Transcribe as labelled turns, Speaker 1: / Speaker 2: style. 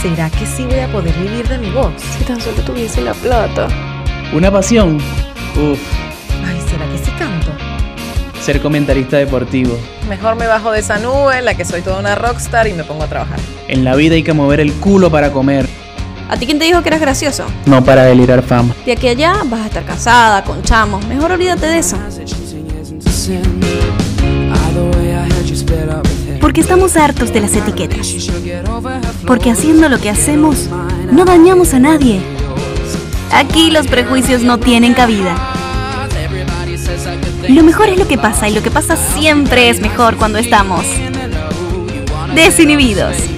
Speaker 1: ¿Será que sí voy a poder vivir de mi voz?
Speaker 2: Si tan solo tuviese la plata.
Speaker 3: Una pasión. Uf,
Speaker 1: Ay, ¿será que sí canto?
Speaker 3: ser comentarista deportivo.
Speaker 4: Mejor me bajo de esa nube en la que soy toda una rockstar y me pongo a trabajar.
Speaker 3: En la vida hay que mover el culo para comer,
Speaker 2: ¿A ti quién te dijo que eras gracioso?
Speaker 3: no para delirar fama.
Speaker 2: De aquí a allá vas a estar casada, con chamos. Mejor olvídate de eso.
Speaker 5: Porque estamos hartos de las etiquetas. Porque haciendo lo que hacemos, no dañamos a nadie. Aquí los prejuicios no tienen cabida. Lo mejor es lo que pasa y lo que pasa siempre es mejor cuando estamos desinhibidos.